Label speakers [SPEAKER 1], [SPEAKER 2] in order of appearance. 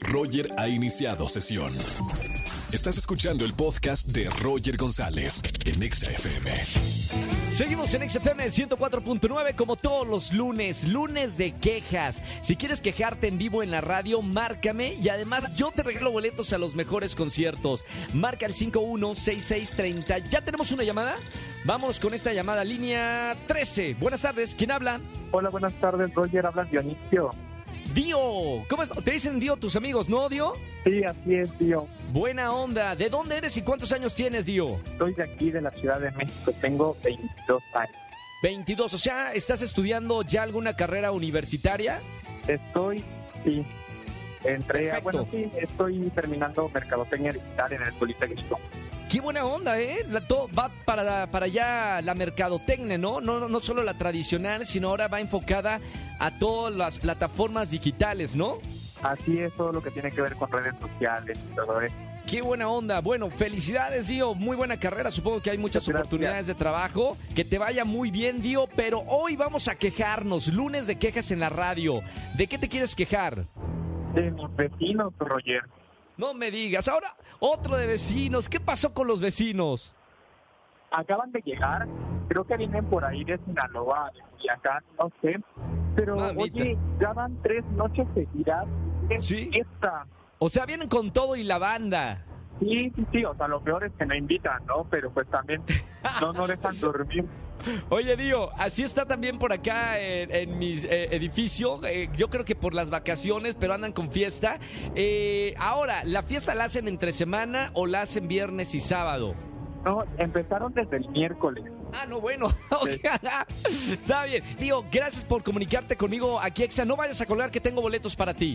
[SPEAKER 1] Roger ha iniciado sesión. Estás escuchando el podcast de Roger González en Exa FM.
[SPEAKER 2] Seguimos en XFM 104.9 como todos los lunes, lunes de quejas. Si quieres quejarte en vivo en la radio, márcame y además yo te regalo boletos a los mejores conciertos. Marca el 516630. ¿Ya tenemos una llamada? Vamos con esta llamada línea 13. Buenas tardes, ¿quién habla?
[SPEAKER 3] Hola, buenas tardes, Roger. Habla Dionisio.
[SPEAKER 2] Dio. ¿Cómo es? te dicen Dio tus amigos, no Dio?
[SPEAKER 3] Sí, así es, tío.
[SPEAKER 2] Buena onda. ¿De dónde eres y cuántos años tienes, Dio?
[SPEAKER 3] Soy de aquí, de la Ciudad de México. Tengo 22 años.
[SPEAKER 2] 22, o sea, ¿estás estudiando ya alguna carrera universitaria?
[SPEAKER 3] Estoy, sí. Entré, a-
[SPEAKER 2] Perfecto.
[SPEAKER 3] bueno, sí, estoy terminando Mercadotecnia Digital en el Politécnico.
[SPEAKER 2] Qué buena onda, ¿eh? La- to- va para, para allá la mercadotecnia, ¿no? ¿no? no- No solo la tradicional, sino ahora va enfocada a todas las plataformas digitales, ¿no?
[SPEAKER 3] Así es todo lo que tiene que ver con redes sociales y todo eso.
[SPEAKER 2] Qué buena onda. Bueno, felicidades, Dio. Muy buena carrera. Supongo que hay muchas
[SPEAKER 3] Gracias.
[SPEAKER 2] oportunidades de trabajo. Que te vaya muy bien, Dio. Pero hoy vamos a quejarnos. Lunes de quejas en la radio. ¿De qué te quieres quejar?
[SPEAKER 3] De mis vecinos, Roger.
[SPEAKER 2] No me digas. Ahora, otro de vecinos. ¿Qué pasó con los vecinos?
[SPEAKER 3] Acaban de llegar, creo que vienen por ahí de Sinaloa, de Culiacán, no sé. Pero,
[SPEAKER 2] Mamita.
[SPEAKER 3] oye, ya van tres noches seguidas. de
[SPEAKER 2] Sí.
[SPEAKER 3] Fiesta.
[SPEAKER 2] O sea, vienen con todo y la banda.
[SPEAKER 3] Sí, sí, sí, o sea, lo peor es que no invitan, ¿no? Pero pues también no, no dejan dormir.
[SPEAKER 2] Oye, Dio, así está también por acá en, en mi eh, edificio. eh, yo creo que por las vacaciones, pero andan con fiesta. Eh, ahora, ¿la fiesta la hacen entre semana o la hacen viernes y sábado?
[SPEAKER 3] No, empezaron desde el miércoles.
[SPEAKER 2] Ah, no, bueno. Ojalá. Está bien. Dio, gracias por comunicarte conmigo aquí, Exa. No vayas a colgar que tengo boletos para ti.